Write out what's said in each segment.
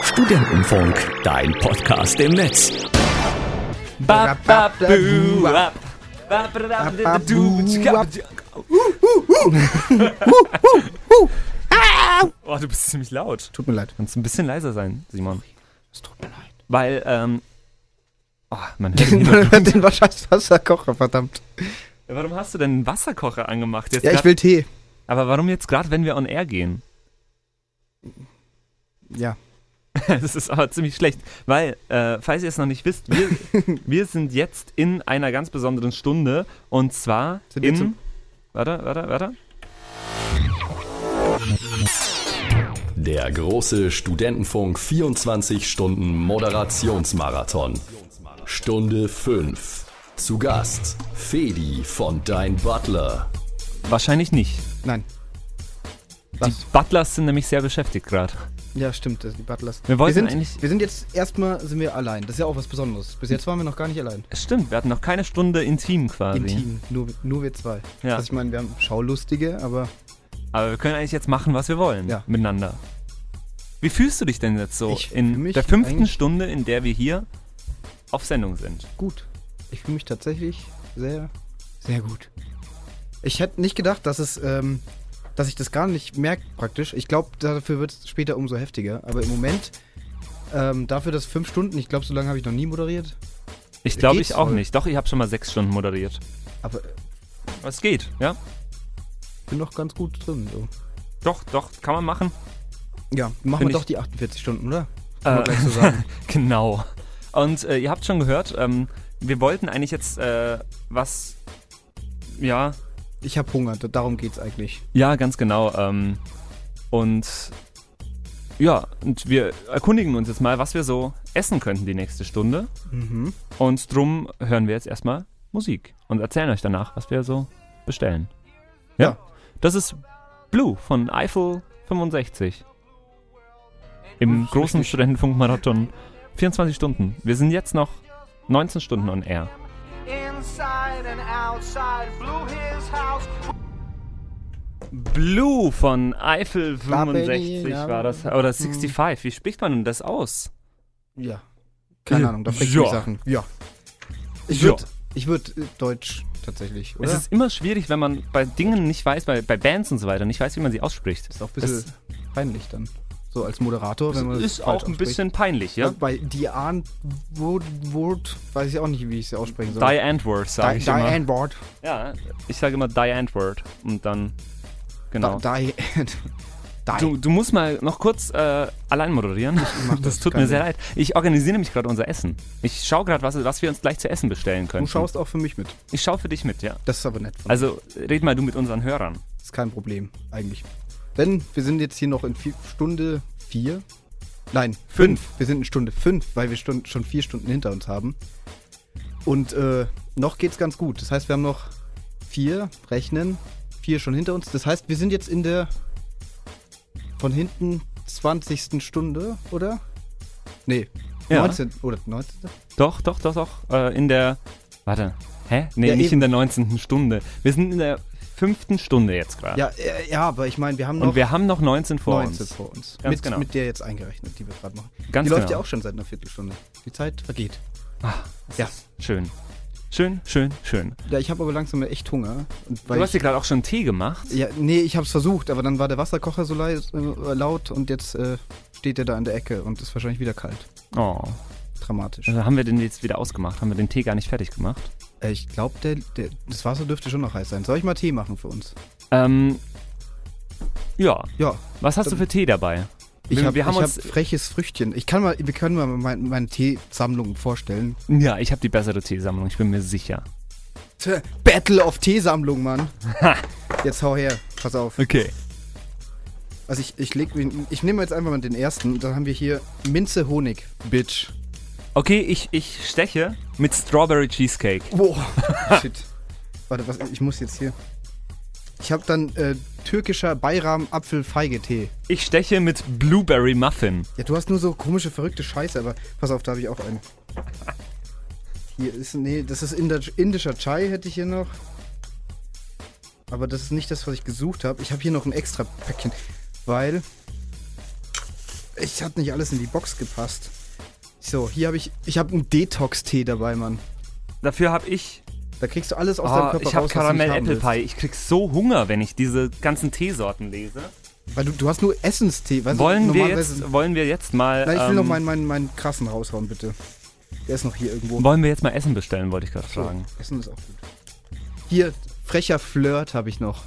Studentenfunk, dein Podcast im Netz. Ba, ba, boo, ab. Ba, ba, da, da, da, du, tschka, tschka. Oh, du bist ziemlich laut. Tut mir leid. Kannst ein bisschen leiser sein, Simon. Es tut mir leid. Weil, ähm. Oh, man hört ihn nicht. Man hört den wahrscheinlich Wasserkocher, verdammt. Warum hast du denn einen Wasserkocher angemacht? Jetzt Ja, ich grad- will Tee. aber warum jetzt gerade, wenn wir on air gehen? Ja. Das ist aber ziemlich schlecht, weil, äh, falls ihr es noch nicht wisst, wir, wir sind jetzt in einer ganz besonderen Stunde und zwar Sind wir in. zum- warte, warte, warte. Der große Studentenfunk 24 Stunden Moderationsmarathon. Stunde 5. Zu Gast Fedi von Dein Butler. Wahrscheinlich nicht. Nein. Die Was? Butlers sind nämlich sehr beschäftigt gerade. Ja, stimmt, das sind die Butlers. Wir wollten sind, eigentlich- Wir sind jetzt erstmal sind wir allein. Das ist ja auch was Besonderes. Bis jetzt waren wir noch gar nicht allein. Stimmt, wir hatten noch keine Stunde intim quasi. Intim. Nur, nur wir zwei. Ja. Also ich meine, wir haben Schaulustige, aber Aber wir können eigentlich jetzt machen, was wir wollen Ja. miteinander. Wie fühlst du dich denn jetzt so Ich fühl in mich der fünften eigentlich- Stunde, in der wir hier auf Sendung sind? gut. Ich fühle mich tatsächlich sehr, sehr gut. Ich hätte nicht gedacht, dass es, ähm, dass ich das gar nicht merke praktisch. Ich glaube, dafür wird es später umso heftiger. Aber im Moment, ähm, dafür, dass fünf Stunden, ich glaube, so lange habe ich noch nie moderiert. Ich glaube, Geht's ich auch voll. nicht. Doch, ich habe schon mal sechs Stunden moderiert. Aber Aber es geht, ja? bin noch ganz gut drin. So. Doch, doch, kann man machen. Ja, machen Find wir doch ich- die 48 Stunden, oder? Äh, Kann man gleich so sagen. Genau. Und äh, ihr habt schon gehört, ähm, wir wollten eigentlich jetzt äh, was. Ja, Ich habe Hunger, d- darum geht's eigentlich. ja, ganz genau. Ähm, und ja, und wir erkundigen uns jetzt mal, was wir so essen könnten die nächste Stunde. Mhm. Und drum hören wir jetzt erstmal Musik und erzählen euch danach, was wir so bestellen. Ja. Ja. Das ist Blue von Eiffel 65. Im großen Studentenfunkmarathon. 24 Stunden. Wir sind jetzt noch 19 Stunden on air. inside and outside, blew his house. Blue von Eiffel 65 Babylina. war das. Oder 65. Wie spricht man denn das aus? Ja. Keine Ahnung, da Ja. fängt ja. Sachen. Ja. Ich würde Ja. ich würd, äh, Deutsch tatsächlich, oder? Es ist immer schwierig, wenn man bei Dingen nicht weiß, bei, bei Bands und so weiter, nicht weiß, wie man sie ausspricht. ist auch ein bisschen peinlich dann. So als Moderator, wenn man Das das ist falsch auch ein ausspricht. bisschen peinlich, ja? Also Bei Diane Wood, Wood, weiß ich auch nicht, wie ich sie aussprechen soll. Die Antworth, sage Di- ich immer. Diane Ward. Ja, ich sage immer die Antwort und dann. Genau. Di- Diane. du, Diane. du musst mal noch kurz äh, allein moderieren. mach Das das, tut kein mir sehr Ding. leid. Ich organisiere nämlich gerade unser Essen. Ich schaue gerade, was, was wir uns gleich zu essen bestellen können. Du schaust auch für mich mit. Ich schaue für dich mit, ja. Das ist aber nett von Also red mal du mit unseren Hörern. Ist kein Problem, eigentlich. Denn wir sind jetzt hier noch in vier, Stunde vier. Nein, fünf. Wir sind in Stunde fünf, weil wir stund, schon vier Stunden hinter uns haben. Und äh, noch geht's ganz gut. Das heißt, wir haben noch vier, rechnen, vier schon hinter uns. Das heißt, wir sind jetzt in der von hinten 20. Stunde, oder? Nee, Ja. 19. Oder 19. Doch, doch, doch, doch. Äh, in der. Warte. Hä? Nee, Ja, nicht in eben. der 19. Stunde. Wir sind in der fünften Stunde jetzt gerade. Ja, äh, ja, aber ich meine, wir haben noch Und wir haben noch 19 vor 19 uns. vor uns. Ganz mit, genau. mit der jetzt eingerechnet, die wir gerade machen. Ganz die genau. läuft Ah, ja auch schon seit einer Viertelstunde. Die Zeit vergeht. ja. Schön. Schön, schön, schön. ja, ich habe aber langsam echt Hunger. Und weil Du hast dir ich, gerade auch schon Tee gemacht. ja, nee, ich habe es versucht, aber dann war der Wasserkocher so leis, äh, laut und jetzt äh, steht der da in der Ecke und ist wahrscheinlich wieder kalt. Oh. Dramatisch. Also haben wir den jetzt wieder ausgemacht? Haben wir den Tee gar nicht fertig gemacht? Äh, ich glaube, der, der, das Wasser dürfte schon noch heiß sein. Soll ich mal Tee machen für uns? Ähm, ja. Ja, Was hast du für Tee dabei? ich Wir- habe wir haben hab uns- freches Früchtchen. Ich kann mal, wir können mal mein, meine Teesammlung vorstellen. Ja, ich habe die bessere Teesammlung, ich bin mir sicher. Tja, Battle of Teesammlung, Mann. Ha. Jetzt hau her, pass auf. Okay. Also ich, ich leg, ich nehme jetzt einfach mal den ersten. Dann haben wir hier Minze Honig, Bitch. Okay, ich, ich steche mit Strawberry Cheesecake. Boah. Shit. Warte, was, ich muss jetzt hier. Ich habe dann äh, türkischer Bayram Apfel Feige Tee. Ich steche mit Blueberry Muffin. Ja, du hast nur so komische, verrückte Scheiße, aber pass auf, da habe ich auch einen. Hier ist, nee, das ist inder, indischer Chai, hätte ich hier noch. Aber das ist nicht das, was ich gesucht habe. Ich habe hier noch ein extra Päckchen, weil Ich hat nicht alles in die Box gepasst. So, hier habe ich. Ich habe einen Detox-Tee dabei, Mann. Dafür habe ich. Da kriegst du alles aus deinem Oh, Körper ich habe raus. was du nicht Karamell haben Apple willst. Pie. Ich krieg so Hunger, wenn ich diese ganzen Teesorten lese. Weil du, du hast nur Essenstee. Weißt Wollen du, wir normalerweise- jetzt, wollen wir jetzt mal. Nein, ich will ähm, noch meinen, meinen, meinen krassen raushauen, bitte. Der ist noch hier irgendwo. Wollen wir jetzt mal Essen bestellen, wollte ich gerade fragen. Essen ist auch gut. Hier, frecher Flirt habe ich noch.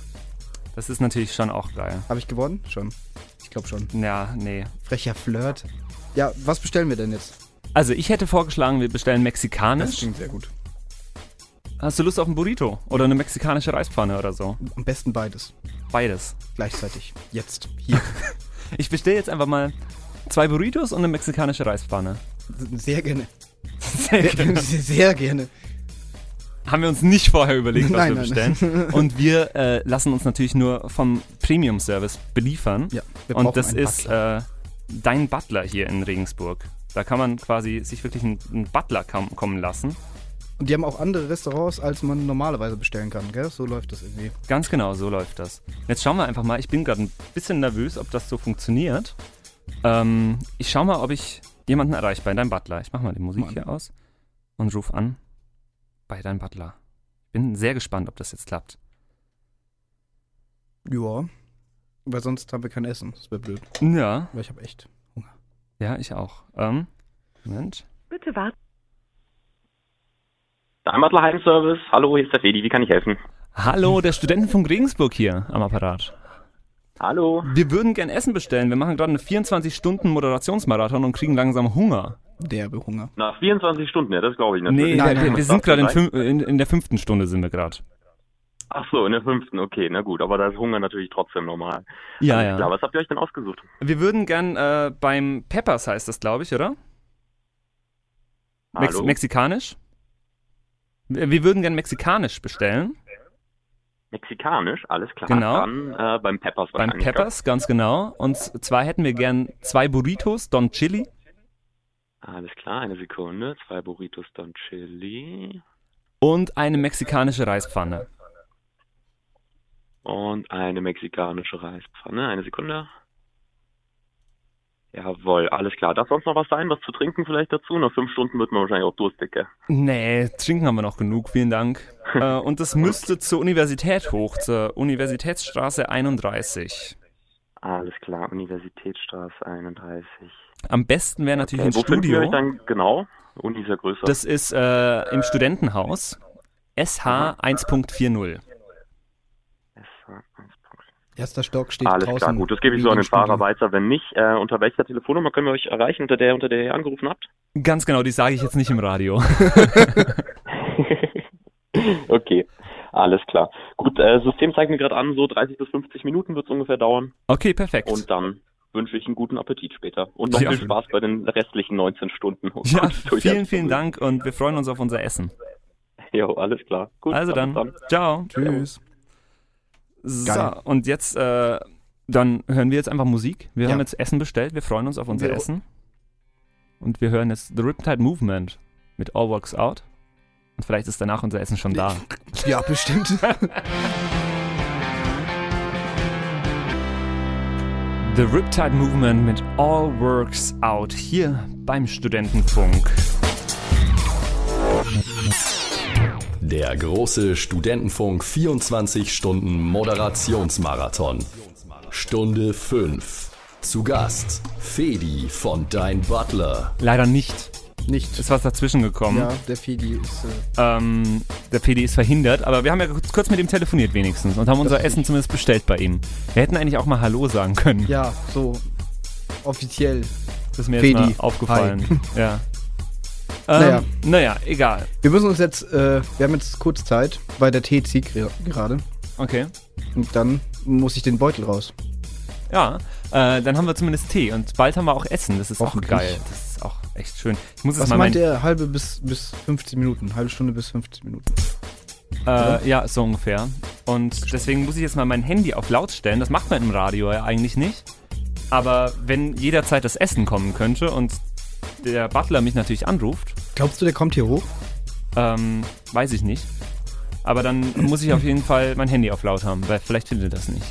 Das ist natürlich schon auch geil. Habe ich gewonnen? Schon. Ich glaube schon. Ja, nee. Frecher Flirt. Ja, was bestellen wir denn jetzt? Also ich hätte vorgeschlagen, wir bestellen mexikanisch. sehr gut. Hast du Lust auf ein Burrito oder eine mexikanische Reispfanne oder so? Am besten beides. Beides. Gleichzeitig. Jetzt. Hier. Ich bestelle jetzt einfach mal zwei Burritos und eine mexikanische Reispfanne. Sehr gerne. Sehr Sehr, gerne. sehr gerne. Haben wir uns nicht vorher überlegt, was Nein, wir nein. bestellen. Und wir äh, lassen uns natürlich nur vom Premium-Service beliefern. Ja, wir brauchen Und das einen ist Butler. äh, dein Butler hier in Regensburg. Da kann man quasi sich wirklich einen, einen Butler kam, kommen lassen. Und die haben auch andere Restaurants, als man normalerweise bestellen kann, gell? So läuft das irgendwie. Ganz genau, so läuft das. Jetzt schauen wir einfach mal. Ich bin gerade ein bisschen nervös, ob das so funktioniert. Ähm, ich schau mal, ob ich jemanden erreiche bei deinem Butler. Ich mach mal die Musik Mann. hier aus und ruf an bei deinem Butler. Bin sehr gespannt, ob das jetzt klappt. Ja. Weil sonst haben wir kein Essen. Das wäre blöd. Ja, Weil ich habe echt. ja, ich auch. Ähm, Moment. Bitte warten. Daimler Heimservice, hallo, hier ist der Fedi, wie kann ich helfen? Hallo, der Studentenfunk Regensburg hier am Apparat. Hallo. Wir würden gern Essen bestellen. Wir machen gerade eine 24-Stunden-Moderationsmarathon und kriegen langsam Hunger. Derbe Hunger. Nach 24 Stunden, ja, das glaube ich natürlich. Nee, Nein, wir- nein, wir, wir nein. sind gerade in, fün- in, in der fünften Stunde sind wir gerade. Ach so, in der fünften, okay, na gut, aber da ist Hunger natürlich trotzdem normal. Ja, Alles ja. Klar, was habt ihr euch denn ausgesucht? Wir würden gern äh, beim Peppers heißt das, glaube ich, oder? Mex Hallo? Mexikanisch? Wir wir würden gern mexikanisch bestellen. Mexikanisch, alles klar. Genau. Dann äh, beim Peppers Beim wahrscheinlich, Peppers, ganz genau. Und zwar hätten wir gern zwei Burritos, Don Chili. ja? Alles klar, eine Sekunde, zwei Burritos, dann Chili Und eine mexikanische Reispfanne. und eine mexikanische Reispfanne, eine Sekunde. Jawohl, alles klar. Darf sonst noch was sein, was zu trinken vielleicht dazu? Nach fünf Stunden wird man wahrscheinlich auch durstig, gell? Nee, trinken haben wir noch genug, vielen Dank. äh, und das müsste zur Universität hoch, zur Universitätsstraße 31. Alles klar, Universitätsstraße 31. Am besten wäre natürlich Okay, ein wo finden wir euch Studio. dann genau? Uni ist ja größer. Das ist äh, im Studentenhaus. SH Mhm. 1.40. Erster Stock steht Alles draußen. klar, gut. Das gebe ich so an den Studio. Fahrer weiter. Wenn nicht, äh, unter welcher Telefonnummer können wir euch erreichen? Unter der, unter der ihr angerufen habt? Ganz genau, die sage ich jetzt nicht im Radio. okay, alles klar. Gut, äh, System zeigt mir gerade an, so 30 bis 50 Minuten wird es ungefähr dauern. Okay, perfekt. Und dann wünsche ich einen guten Appetit später. Und noch Ja. viel Spaß bei den restlichen 19 Stunden. Und ja, gutes Durchhalten. vielen, vielen Dank und wir freuen uns auf unser Essen. Jo, alles klar. Gut, Also bis dann, ciao. Tschüss. So, Geil. und jetzt, äh, dann hören wir jetzt einfach Musik. Wir Ja. haben jetzt Essen bestellt, wir freuen uns auf unser Wir- Essen. Und wir hören jetzt The Riptide Movement mit All Works Out. Und vielleicht ist danach unser Essen schon da. Ja, bestimmt. The Riptide Movement mit All Works Out hier beim Studentenfunk. Der große Studentenfunk 24 Stunden Moderationsmarathon. Stunde 5. Zu Gast Fedi von Dein Butler. Leider nicht. Nicht. Ist was dazwischen gekommen. Ja, der Fedi ist. Äh, Ähm, der PD ist verhindert, aber wir haben ja kurz, kurz mit ihm telefoniert wenigstens und haben unser ist Essen zumindest bestellt bei ihm. Wir hätten eigentlich auch mal Hallo sagen können. ja, so. Offiziell. Das ist mir jetzt mal Fedi, aufgefallen. Ja. Ähm, naja. Naja. egal. Wir müssen uns jetzt. Äh, wir haben jetzt kurz Zeit, weil der Tee zieht gra- gerade. Okay. Und dann muss ich den Beutel raus. Ja, äh, dann haben wir zumindest Tee und bald haben wir auch Essen. Das ist auch Hoffentlich. geil. Das ist auch echt schön. Ich muss Was jetzt mal mein. meint der? Halbe bis, bis 15 Minuten. Halbe Stunde bis 15 Minuten. Äh, ja, so ungefähr. Und deswegen muss ich jetzt mal mein Handy auf laut stellen. Das macht man im Radio ja eigentlich nicht. Aber wenn jederzeit das Essen kommen könnte und der Butler mich natürlich anruft, Glaubst du, der kommt hier hoch? Ähm, weiß ich nicht. Aber dann muss ich auf jeden Fall mein Handy auf laut haben, weil vielleicht findet er das nicht.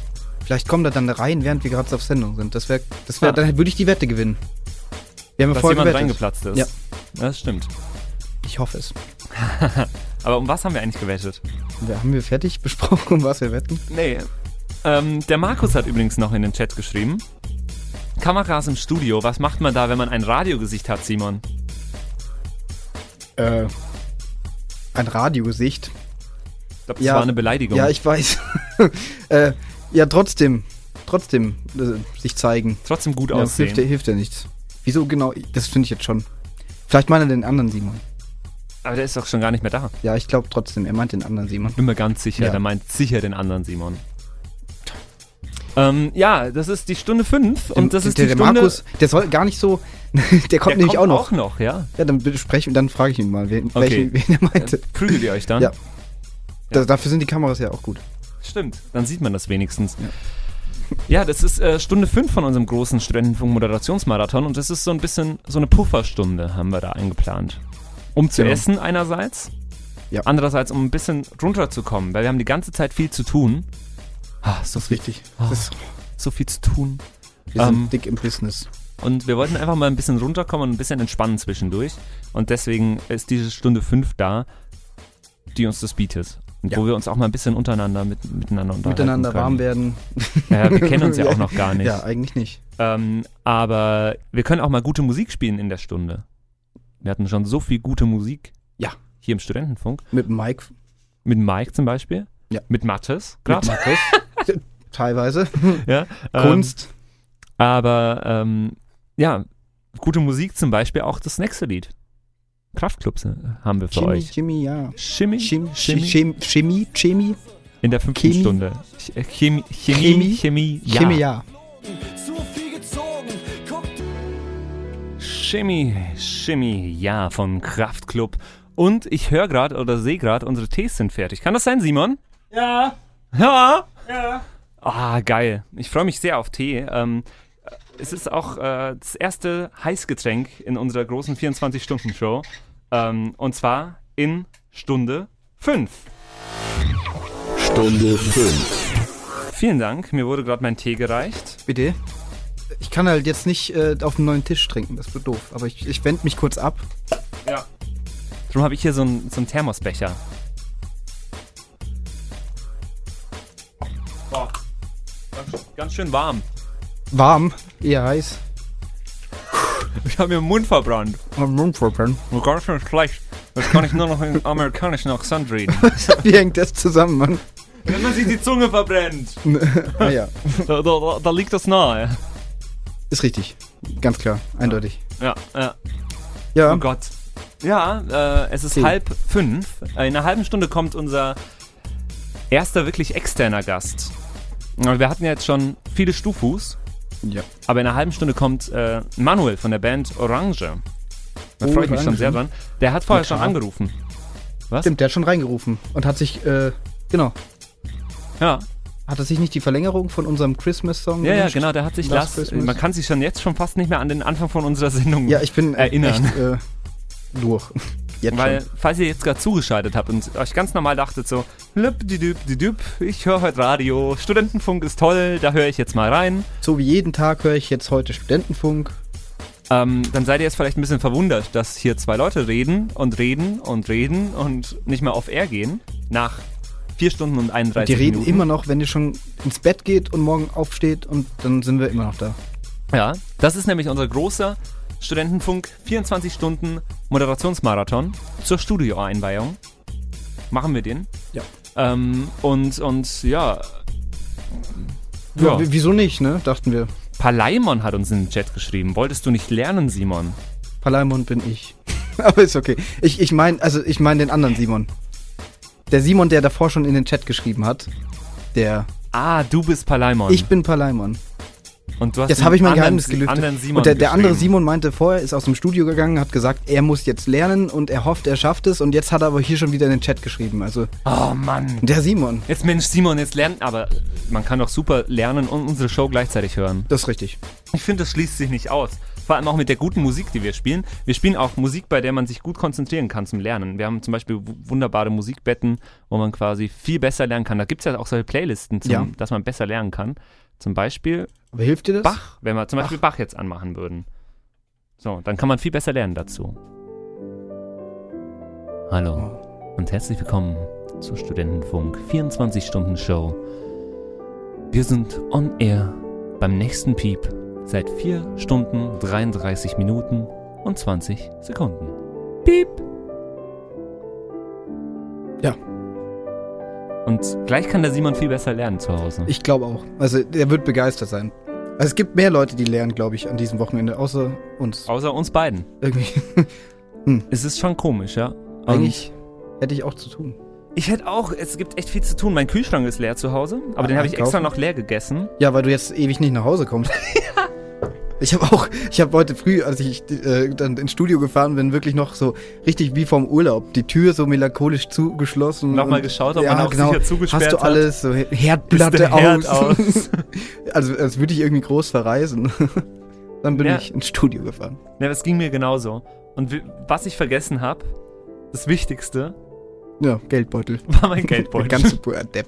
Vielleicht kommen da dann rein, während wir gerade auf Sendung sind. Das wäre, das wär, Ah. dann würde ich die Wette gewinnen. Wir haben ja Dass vorher jemand gewettet. reingeplatzt ist. Ja. Das stimmt. Ich hoffe es. Aber um was haben wir eigentlich gewettet? Wir, haben wir fertig besprochen, was wir wetten? Nee. Ähm, der Markus hat übrigens noch in den Chat geschrieben. Kameras im Studio, was macht man da, wenn man ein Radiogesicht hat, Simon? Äh, ein Radiogesicht. Ich glaube, das Ja. war eine Beleidigung. Ja, ich weiß. äh, ja, trotzdem. Trotzdem äh, sich zeigen. Trotzdem gut Ja, aussehen. hilft, ja, hilft ja nichts. Wieso genau? Das finde ich jetzt schon. Vielleicht meint er den anderen Simon. Aber der ist doch schon gar nicht mehr da. Ja, ich glaube trotzdem, er meint den anderen Simon. Bin mir ganz sicher, Ja. der meint sicher den anderen Simon. Ähm, ja, das ist die Stunde 5 und das der, ist der, die der Stunde... Markus, der soll gar nicht so. der kommt der nämlich kommt auch noch. auch noch, ja. Ja, dann besprechen, dann frage ich ihn mal, wen, Okay. welchen, wen er meinte. Prügelt ihr euch dann? Ja. Da, dafür sind die Kameras ja auch gut. Stimmt, dann sieht man das wenigstens. Ja, das ist äh, Stunde 5 von unserem großen Studentenfunk-Moderationsmarathon und das ist so ein bisschen so eine Pufferstunde, haben wir da eingeplant. Um zu Genau. essen einerseits, Ja. andererseits um ein bisschen runterzukommen, weil wir haben die ganze Zeit viel zu tun. Ah, so, viel, Richtig. ah, Das, so viel zu tun. wir sind Ähm. dick im Business. Und wir wollten einfach mal ein bisschen runterkommen und ein bisschen entspannen zwischendurch. Und deswegen ist diese Stunde 5 da, die uns das bietet. Und Ja. wo wir uns auch mal ein bisschen untereinander mit, miteinander unterhalten Miteinander können. warm werden. Ja, wir kennen uns ja auch noch gar nicht. Ja, eigentlich nicht. Ähm, aber wir können auch mal gute Musik spielen in der Stunde. Wir hatten schon so viel gute Musik. Ja. Hier im Studentenfunk. Mit Mike, Mit Mike zum Beispiel. Ja. Mit Mattes. mit Grad. Markus. Teilweise. Ja. Ähm, Kunst. Aber ähm, ja, gute Musik zum Beispiel auch das nächste Lied. Kraftclubs äh, haben wir für Chemie, euch. Chemie, ja. Chemie. Chemie, Chemie. Chemie, Chemie, In der fünften Chemie. Stunde. Ch- äh, Chemie. Chemie. Chemie. Chemie. Ja. Chemie, ja. Shimmy, Shimmy, ja, von Kraftklub. Und ich höre gerade oder sehe gerade, unsere Tees sind fertig. Kann das sein, Simon? Ja. Ja? Ja. Ah, geil. Ich freue mich sehr auf Tee. Ähm, äh, es ist auch äh, das erste Heißgetränk in unserer großen 24-Stunden-Show. Ähm, und zwar in Stunde 5. Stunde 5. Vielen Dank, mir wurde gerade mein Tee gereicht. Bitte. Ich kann halt jetzt nicht äh, auf dem neuen Tisch trinken, das wird doof. Aber ich, ich wende mich kurz ab. Ja. Darum habe ich hier so einen so einen Thermosbecher. Boah. Ganz, ganz schön warm. Warm, eher heiß. Ich habe mir den Mund verbrannt. Wie Und ganz schön schlecht. Jetzt kann ich nur noch in amerikanischen Akzent reden. hängt das zusammen, Mann? Ah, Wenn man sich die Zunge verbrennt, Naja, da, da, da liegt das nahe. ist richtig. Ganz klar, eindeutig. Ja, ja. Ja, Oh Gott. Ja, äh, es ist Tee. halb fünf. Äh, In einer halben Stunde kommt unser erster wirklich externer Gast. Wir hatten ja jetzt schon viele Stufus. ja. Aber in einer halben Stunde kommt äh, Manuel von der Band Orange. Da freue ich mich schon Oh, Orange. sehr dran. Der hat vorher Ja, schon klar. angerufen. Stimmt, der hat schon reingerufen und hat sich, äh, genau, Ja, hat er sich nicht die Verlängerung von unserem Christmas-Song ja, ja, gewünscht? genau. Der hat sich last, Last Christmas. man kann sich schon jetzt schon fast nicht mehr an den Anfang von unserer Sendung Ja, ich bin äh, Erinnern. echt äh, durch. Jetzt Weil, schon. falls ihr jetzt gerade zugeschaltet habt und euch ganz normal dachtet so, lübdidübdidüb, ich höre heute Radio, Studentenfunk ist toll, da höre ich jetzt mal rein, So wie jeden Tag höre ich jetzt heute Studentenfunk. ähm, dann seid ihr jetzt vielleicht ein bisschen verwundert, dass hier zwei Leute reden und reden und reden und nicht mehr auf Air gehen, nach vier Stunden und 31 Die reden Minuten. immer noch, wenn ihr schon ins Bett geht und morgen aufsteht und dann sind wir immer noch da. Ja, das ist nämlich unser großer Studentenfunk 24 Stunden Moderationsmarathon zur Studioeinweihung. Machen wir den. Ja. Ähm, und, und ja. Ja. Ja, w- Wieso nicht, ne? Dachten wir. Palaimon hat uns in den Chat geschrieben. Wolltest du nicht lernen, Simon? Palaimon bin ich. Aber ist okay. Ich, ich meine, also ich meine den anderen Simon. Der Simon, der davor schon in den Chat geschrieben hat. Der. Ah, du bist Palaimon. Ich bin Palaimon. Und du hast Jetzt den habe ich mein anderen, Geheimnis gelüftet. Anderen Simon und der, der andere geschrieben. Simon meinte vorher, ist aus dem Studio gegangen, hat gesagt, er muss jetzt lernen und er hofft, er schafft es. Und jetzt hat er aber hier schon wieder in den Chat geschrieben. Also Oh Mann. der Simon, Jetzt Mensch, Simon, jetzt lernt. Aber man kann doch super lernen und unsere Show gleichzeitig hören. das ist richtig. Ich finde, das schließt sich nicht aus. Vor allem auch mit der guten Musik, die wir spielen. Wir spielen auch Musik, bei der man sich gut konzentrieren kann zum Lernen. Wir haben zum Beispiel w- wunderbare Musikbetten, wo man quasi viel besser lernen kann. Da gibt es ja auch solche Playlisten, zum, Ja. dass man besser lernen kann. Zum Beispiel Aber hilft dir das? Bach, wenn wir zum Beispiel Bach jetzt anmachen würden. So, dann kann man viel besser lernen dazu. Hallo und herzlich willkommen zur Studentenfunk 24 Stunden Show. Wir sind on air beim nächsten Piep seit 4 Stunden 33 Minuten und 20 Sekunden. Piep. Ja. Und gleich kann der Simon viel besser lernen zu Hause. Ich glaube auch. Also der wird begeistert sein. Also es gibt mehr Leute, die lernen, glaube ich, an diesem Wochenende, außer uns. Außer uns beiden. Irgendwie. Es ist schon komisch, ja. Ähm, Eigentlich hätte ich auch zu tun. Ich hätte auch, es gibt echt viel zu tun. Mein Kühlschrank ist leer zu Hause, aber den habe ich extra Einkaufen? noch leer gegessen. Ja, weil du jetzt ewig nicht nach Hause kommst. Ich habe auch, ich habe heute früh, als ich äh, dann ins Studio gefahren bin, wirklich noch so richtig wie vom Urlaub, die Tür so melancholisch zugeschlossen. Nochmal und- genau. geschaut, ob man auch sicher zugesperrt Hast du hat. alles, so Her- Ist der Herdplatte Herd aus. aus? also als würde ich irgendwie groß verreisen. dann bin Ja. ich ins Studio gefahren. Ja, das ging mir genauso. Und wi- was ich vergessen habe, das Wichtigste, Ja, Geldbeutel. war mein Geldbeutel. Der ganze Poor Depp.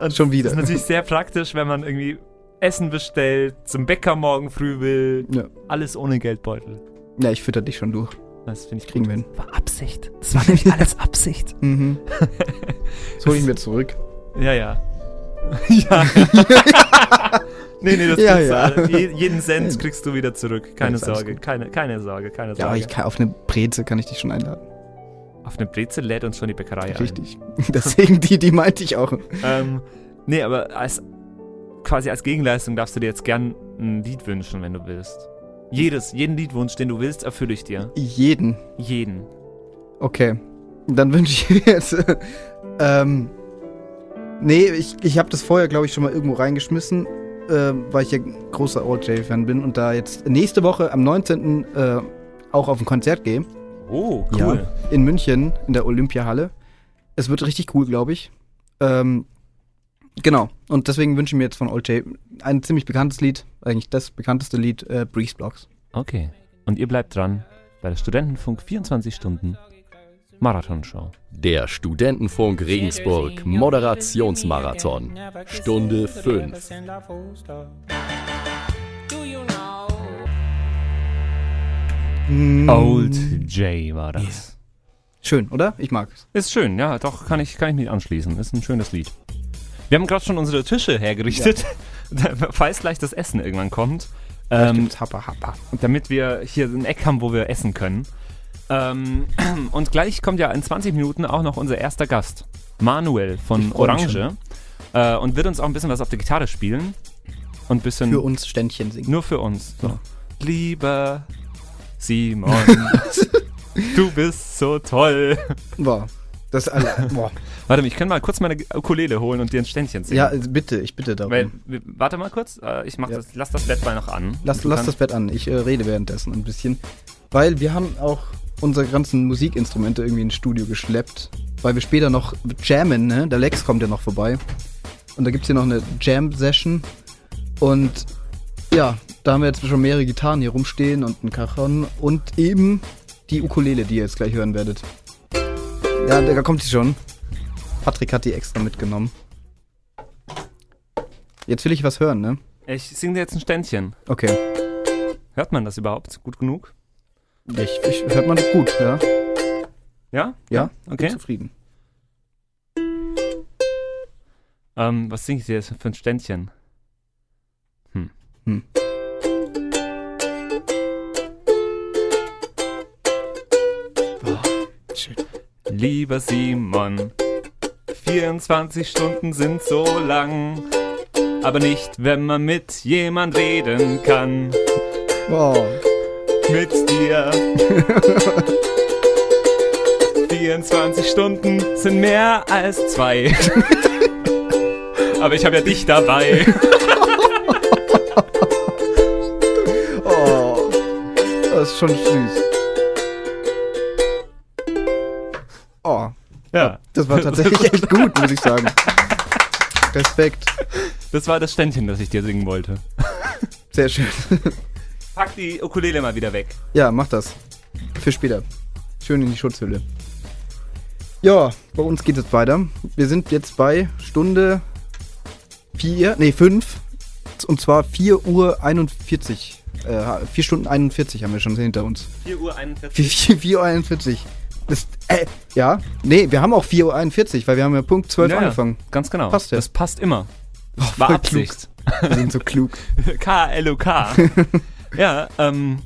Und Schon wieder. Das ist natürlich sehr praktisch, wenn man irgendwie Essen bestellt, zum Bäcker morgen früh will. Ja. Alles ohne Geldbeutel. Ja, ich fütter dich schon durch. Das finde ich Kriegen gut. wir hin. War Absicht. Das war nämlich alles Absicht. Mhm. Das hol ich mir zurück. Ja, ja. ja. nee, nee, das Ja, kriegst ja. du. alle. Je, jeden Cent kriegst du wieder zurück. Keine ist alles Sorge, gut. keine, keine Sorge, keine Ja, Sorge. aber ich kann, auf eine Breze kann ich dich schon einladen. Auf eine Brezel lädt uns schon die Bäckerei ein. Richtig. Deswegen die, die meinte ich auch. Ähm, nee, aber als, quasi als Gegenleistung darfst du dir jetzt gern ein Lied wünschen, wenn du willst. Jedes, jeden Liedwunsch, den du willst, erfülle ich dir. Jeden. Jeden. Okay. Dann wünsche ich dir jetzt. äh, Ähm. Nee, ich, ich habe das vorher, glaube ich, schon mal irgendwo reingeschmissen, äh, weil ich ja großer OJ-Fan bin und da jetzt nächste Woche am 19. Äh, auch auf ein Konzert gehe. Oh, cool. Ja, in München, in der Olympiahalle. Es wird richtig cool, glaube ich. Ähm, genau. Und deswegen wünsche ich mir jetzt von Old Jay ein ziemlich bekanntes Lied, eigentlich das bekannteste Lied, äh, Breeze Blocks. Okay. Und ihr bleibt dran bei der Studentenfunk 24 Stunden Marathonshow. Der Studentenfunk Regensburg Moderationsmarathon. Stunde 5. Mm. Old J war das. Schön, oder? Ich mag es. Ist schön, ja, doch, kann ich, kann ich mich anschließen. Ist ein schönes Lied. Wir haben gerade schon unsere Tische hergerichtet, falls gleich das Essen irgendwann kommt. Ähm, Happa, happa. damit wir hier ein Eck haben, wo wir essen können. Ähm, und gleich kommt ja in 20 Minuten auch noch unser erster Gast, Manuel von freu mich Orange. Äh, und wird uns auch ein bisschen was auf der Gitarre spielen. Und ein bisschen Für uns Ständchen singen. nur für uns. So. Lieber Simon, du bist so toll. Boah. Das alle. Boah. Warte mal, ich kann mal kurz meine Ukulele holen und dir ein Ständchen singen. Ja, also bitte, ich bitte darum. Weil, w- warte mal kurz, äh, ich mach Ja. das, lass das Bett mal noch an. lass Du lass kannst- das Bett an. Ich äh, rede währenddessen ein bisschen. Weil wir haben auch unsere ganzen Musikinstrumente irgendwie ins Studio geschleppt. Weil wir später noch jammen, ne? Der Lex kommt ja noch vorbei. Und da gibt's hier noch eine Jam-Session. Und ja, da haben wir jetzt schon mehrere Gitarren hier rumstehen und einen Cajon und eben die Ukulele, die ihr jetzt gleich hören werdet. Ja, da kommt sie schon. Patrick hat die extra mitgenommen. Jetzt will ich was hören, ne? Ich sing dir jetzt ein Ständchen. Okay. Hört man das überhaupt gut genug? Ich, ich hört man das gut, ja? Ja? Ja, okay. Bin zufrieden. Ähm, was singe ich dir jetzt für ein Ständchen? Hm. Hm. Lieber Simon, 24 Stunden sind so lang, aber nicht, wenn man mit jemand reden kann. Wow. Mit dir. 24 Stunden sind mehr als zwei. Aber ich habe ja dich dabei. Oh, das ist schon süß. Oh, Ja. das war tatsächlich echt gut, muss ich sagen. Respekt. Das war das Ständchen, das ich dir singen wollte. Sehr schön. Pack die Ukulele mal wieder weg. Ja, mach das. Für später. Schön in die Schutzhülle. Ja, bei uns geht es weiter. Wir sind jetzt bei Stunde 4, nee 5. Und zwar 4 Uhr 41. Äh, 4 Stunden 41 haben wir schon hinter uns. 4 Uhr 41. 4, 4 Uhr 41. Das, äh, ja, nee, wir haben auch 4 Uhr 41, weil wir haben ja Punkt 12 angefangen. Ganz genau. Passt ja. Das passt immer. Oh, War voll Absicht. Klug. Wir sind so klug. K-L-O-K. ja, ähm,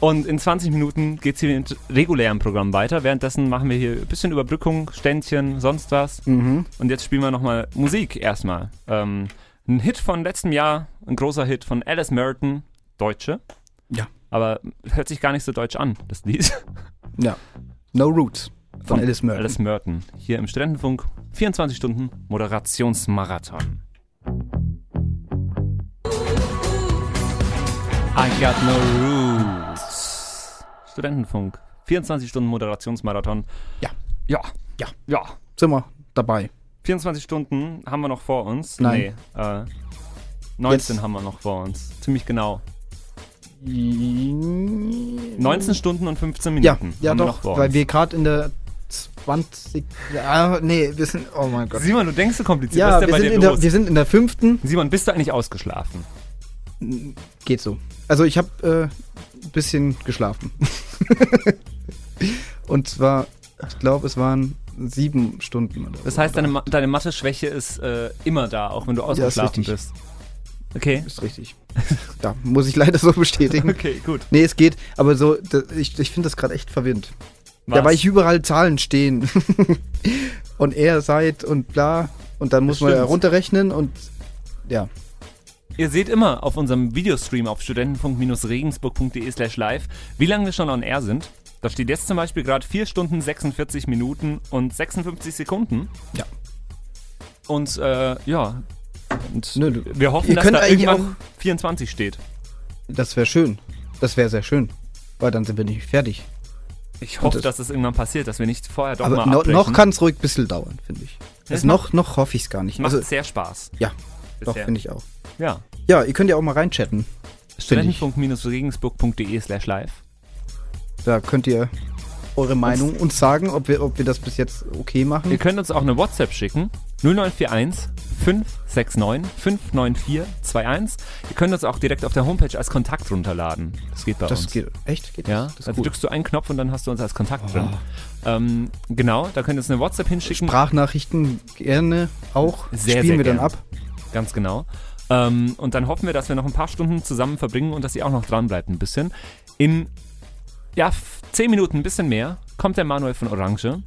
und in 20 Minuten geht's hier mit regulärem Programm weiter. Währenddessen machen wir hier ein bisschen Überbrückung, Ständchen, sonst was. Und jetzt spielen wir nochmal Musik erstmal. Ähm, ein Hit von letztem Jahr, ein großer Hit von Alice Merton, Deutsche. Ja. Aber hört sich gar nicht so deutsch an, das Lied. Ja. No Roots von Alice Merton. Alice Merton. Hier im Studentenfunk, 24 Stunden Moderationsmarathon. I got no rules. Studentenfunk, 24 Stunden Moderationsmarathon. Ja. Ja. Ja. Ja. Sind wir dabei. 24 Stunden haben wir noch vor uns. Nein. Nee, äh, 19 Jetzt. haben wir noch vor uns. Ziemlich genau. 19 19 Stunden und 15 Ja, Minuten. ja haben wir noch doch, vor weil uns. wir gerade in der 20. Ja, nee, wir sind. Oh mein Gott. Simon, du denkst so kompliziert. Was Ja, ist denn wir bei sind, dir in los? der, wir sind in der fünften. Simon, bist du eigentlich ausgeschlafen? Geht so. Also ich habe äh, ein bisschen geschlafen. Und zwar, ich glaube, es waren sieben Stunden. Oder Das so. heißt, deine, Ma- deine Mathe-Schwäche ist äh, immer da, auch wenn du ist ausgeschlafen richtig. bist. Okay. ist richtig. ja, muss ich leider so bestätigen. Okay, gut. Nee, es geht, aber so, da- ich, ich finde das gerade echt verwirrend. Was? Ja, weil ich überall Zahlen stehen. und er seid und bla. Und dann muss man ja stimmt. runterrechnen und ja. Ihr seht immer auf unserem Videostream auf studentenfunk-regensburg.de slash live, wie lange wir schon on air sind. Da steht jetzt zum Beispiel gerade 4 Stunden 46 Minuten und 56 Sekunden. Ja. Und äh, ja. Und Nö, du- wir hoffen, ihr dass könnt da eigentlich irgendwann 24 steht. Das wäre schön. Das wäre sehr schön. Weil dann sind wir nicht fertig. Ich hoffe, das- dass es irgendwann passiert, dass wir nicht vorher doch Aber mal no, abbrechen. noch kann es ruhig ein bisschen dauern, finde ich. es Also noch noch hoffe ich es gar nicht. Macht Also, sehr Spaß. ja, doch, bisher. finde ich auch. Ja. Ja, ihr könnt ja auch mal reinchatten. Studentenfunk-regensburg.de slash live. Da könnt ihr eure Meinung uns sagen, ob wir, ob wir das bis jetzt okay Ihr machen. könnt uns auch eine WhatsApp schicken. 0941 569 594 21. Ihr könnt uns auch direkt auf der Homepage als Kontakt runterladen. Das geht bei Das uns. geht. Echt? Geht Ja, das? das also ist gut. Ah. drückst du einen Knopf und dann hast du uns als Kontakt drin. Ähm, genau, da könnt ihr uns eine WhatsApp hinschicken. Sprachnachrichten gerne auch. Sehr, Spielen sehr wir dann gerne. ab. Ganz genau. Ähm, und dann hoffen wir, dass wir noch ein paar Stunden zusammen verbringen und dass ihr auch noch dran bleibt ein bisschen. In ja, f- 10 Minuten, ein bisschen mehr, kommt der Manuel von Orange.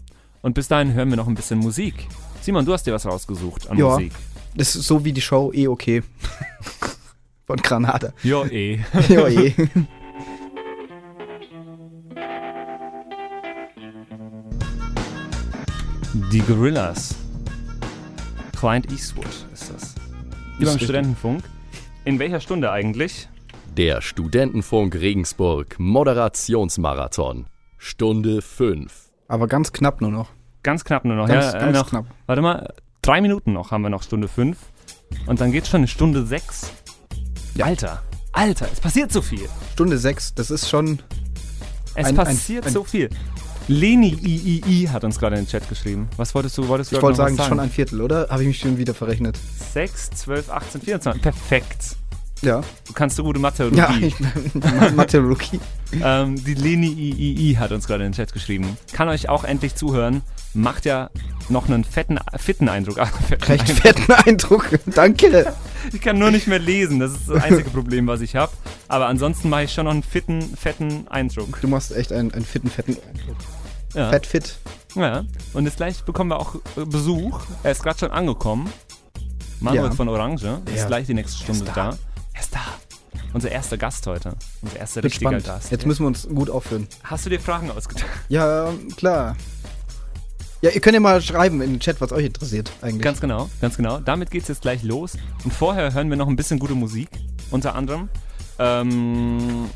Und bis dahin hören wir noch ein bisschen Musik. Simon, du hast dir was rausgesucht an Ja. Musik. Das ist so wie die Show eh okay. Von Granada. Ja, eh. Ja, eh. Die Gorillas. Client Eastwood ist das. Über im richtig. Studentenfunk. In welcher Stunde eigentlich? Der Studentenfunk Regensburg Moderationsmarathon. Stunde 5. Aber ganz knapp nur noch. Ganz knapp nur noch. Ganz- ja, äh, ganz noch, knapp. Warte mal, drei Minuten noch haben wir noch Stunde fünf. Und dann geht's schon in Stunde sechs. Alter, Alter, es passiert so viel. Stunde 6, das ist schon. Es Ein- ein- passiert ein- so viel. Leni III hat uns gerade in den Chat geschrieben. Was wolltest du? Wolltest du Ich gerade wollte noch sagen, was schon ein Viertel, oder? Habe ich mich schon wieder verrechnet. 6, 12, 18, 24. Perfekt. Ja. Du kannst so gute Mathe. Ja, Ruby. ich bin Mathe-Rookie. Ähm, die Leni III hat uns gerade in den Chat geschrieben. Kann euch auch endlich zuhören. Macht ja noch einen fetten, fitten Eindruck. Ah, fetten Recht Eindruck. fetten Eindruck. Danke. Ich kann nur nicht mehr lesen. Das ist das einzige Problem, was ich habe. Aber ansonsten mache ich schon noch einen fitten, fetten Eindruck. Du machst echt einen, einen fitten, fetten Eindruck. Ja. Fett, fit. ja. Und jetzt gleich bekommen wir auch äh, Besuch. Er ist gerade schon angekommen. Manuel Ja. von Orange. ne? Ist Ja. gleich die nächste Stunde ist da. da. Er ist da. Unser erster Gast heute. Unser erster Bin richtiger spannend. Gast. Jetzt müssen wir uns gut aufführen. Hast du dir Fragen ausgedacht? Ja, klar. Ja, ihr könnt ja mal schreiben in den Chat, was euch interessiert eigentlich. Ganz genau, ganz genau. Damit geht's jetzt gleich los. Und vorher hören wir noch ein bisschen gute Musik. unter anderem. Ähm,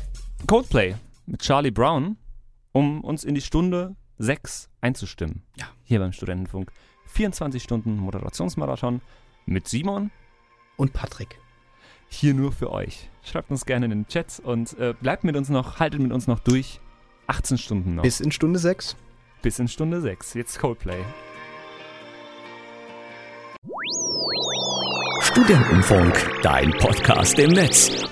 Coldplay mit Charlie Brown, um uns in die Stunde 6 einzustimmen. Ja. Hier beim Studentenfunk. 24 Stunden Moderationsmarathon mit Simon. Und Patrick. Hier nur für euch. Schreibt uns gerne in den Chats und äh, bleibt mit uns noch, haltet mit uns noch durch. 18 Stunden noch. Bis in Stunde 6. Bis in Stunde 6. Jetzt Coldplay. Studentenfunk, dein Podcast im Netz.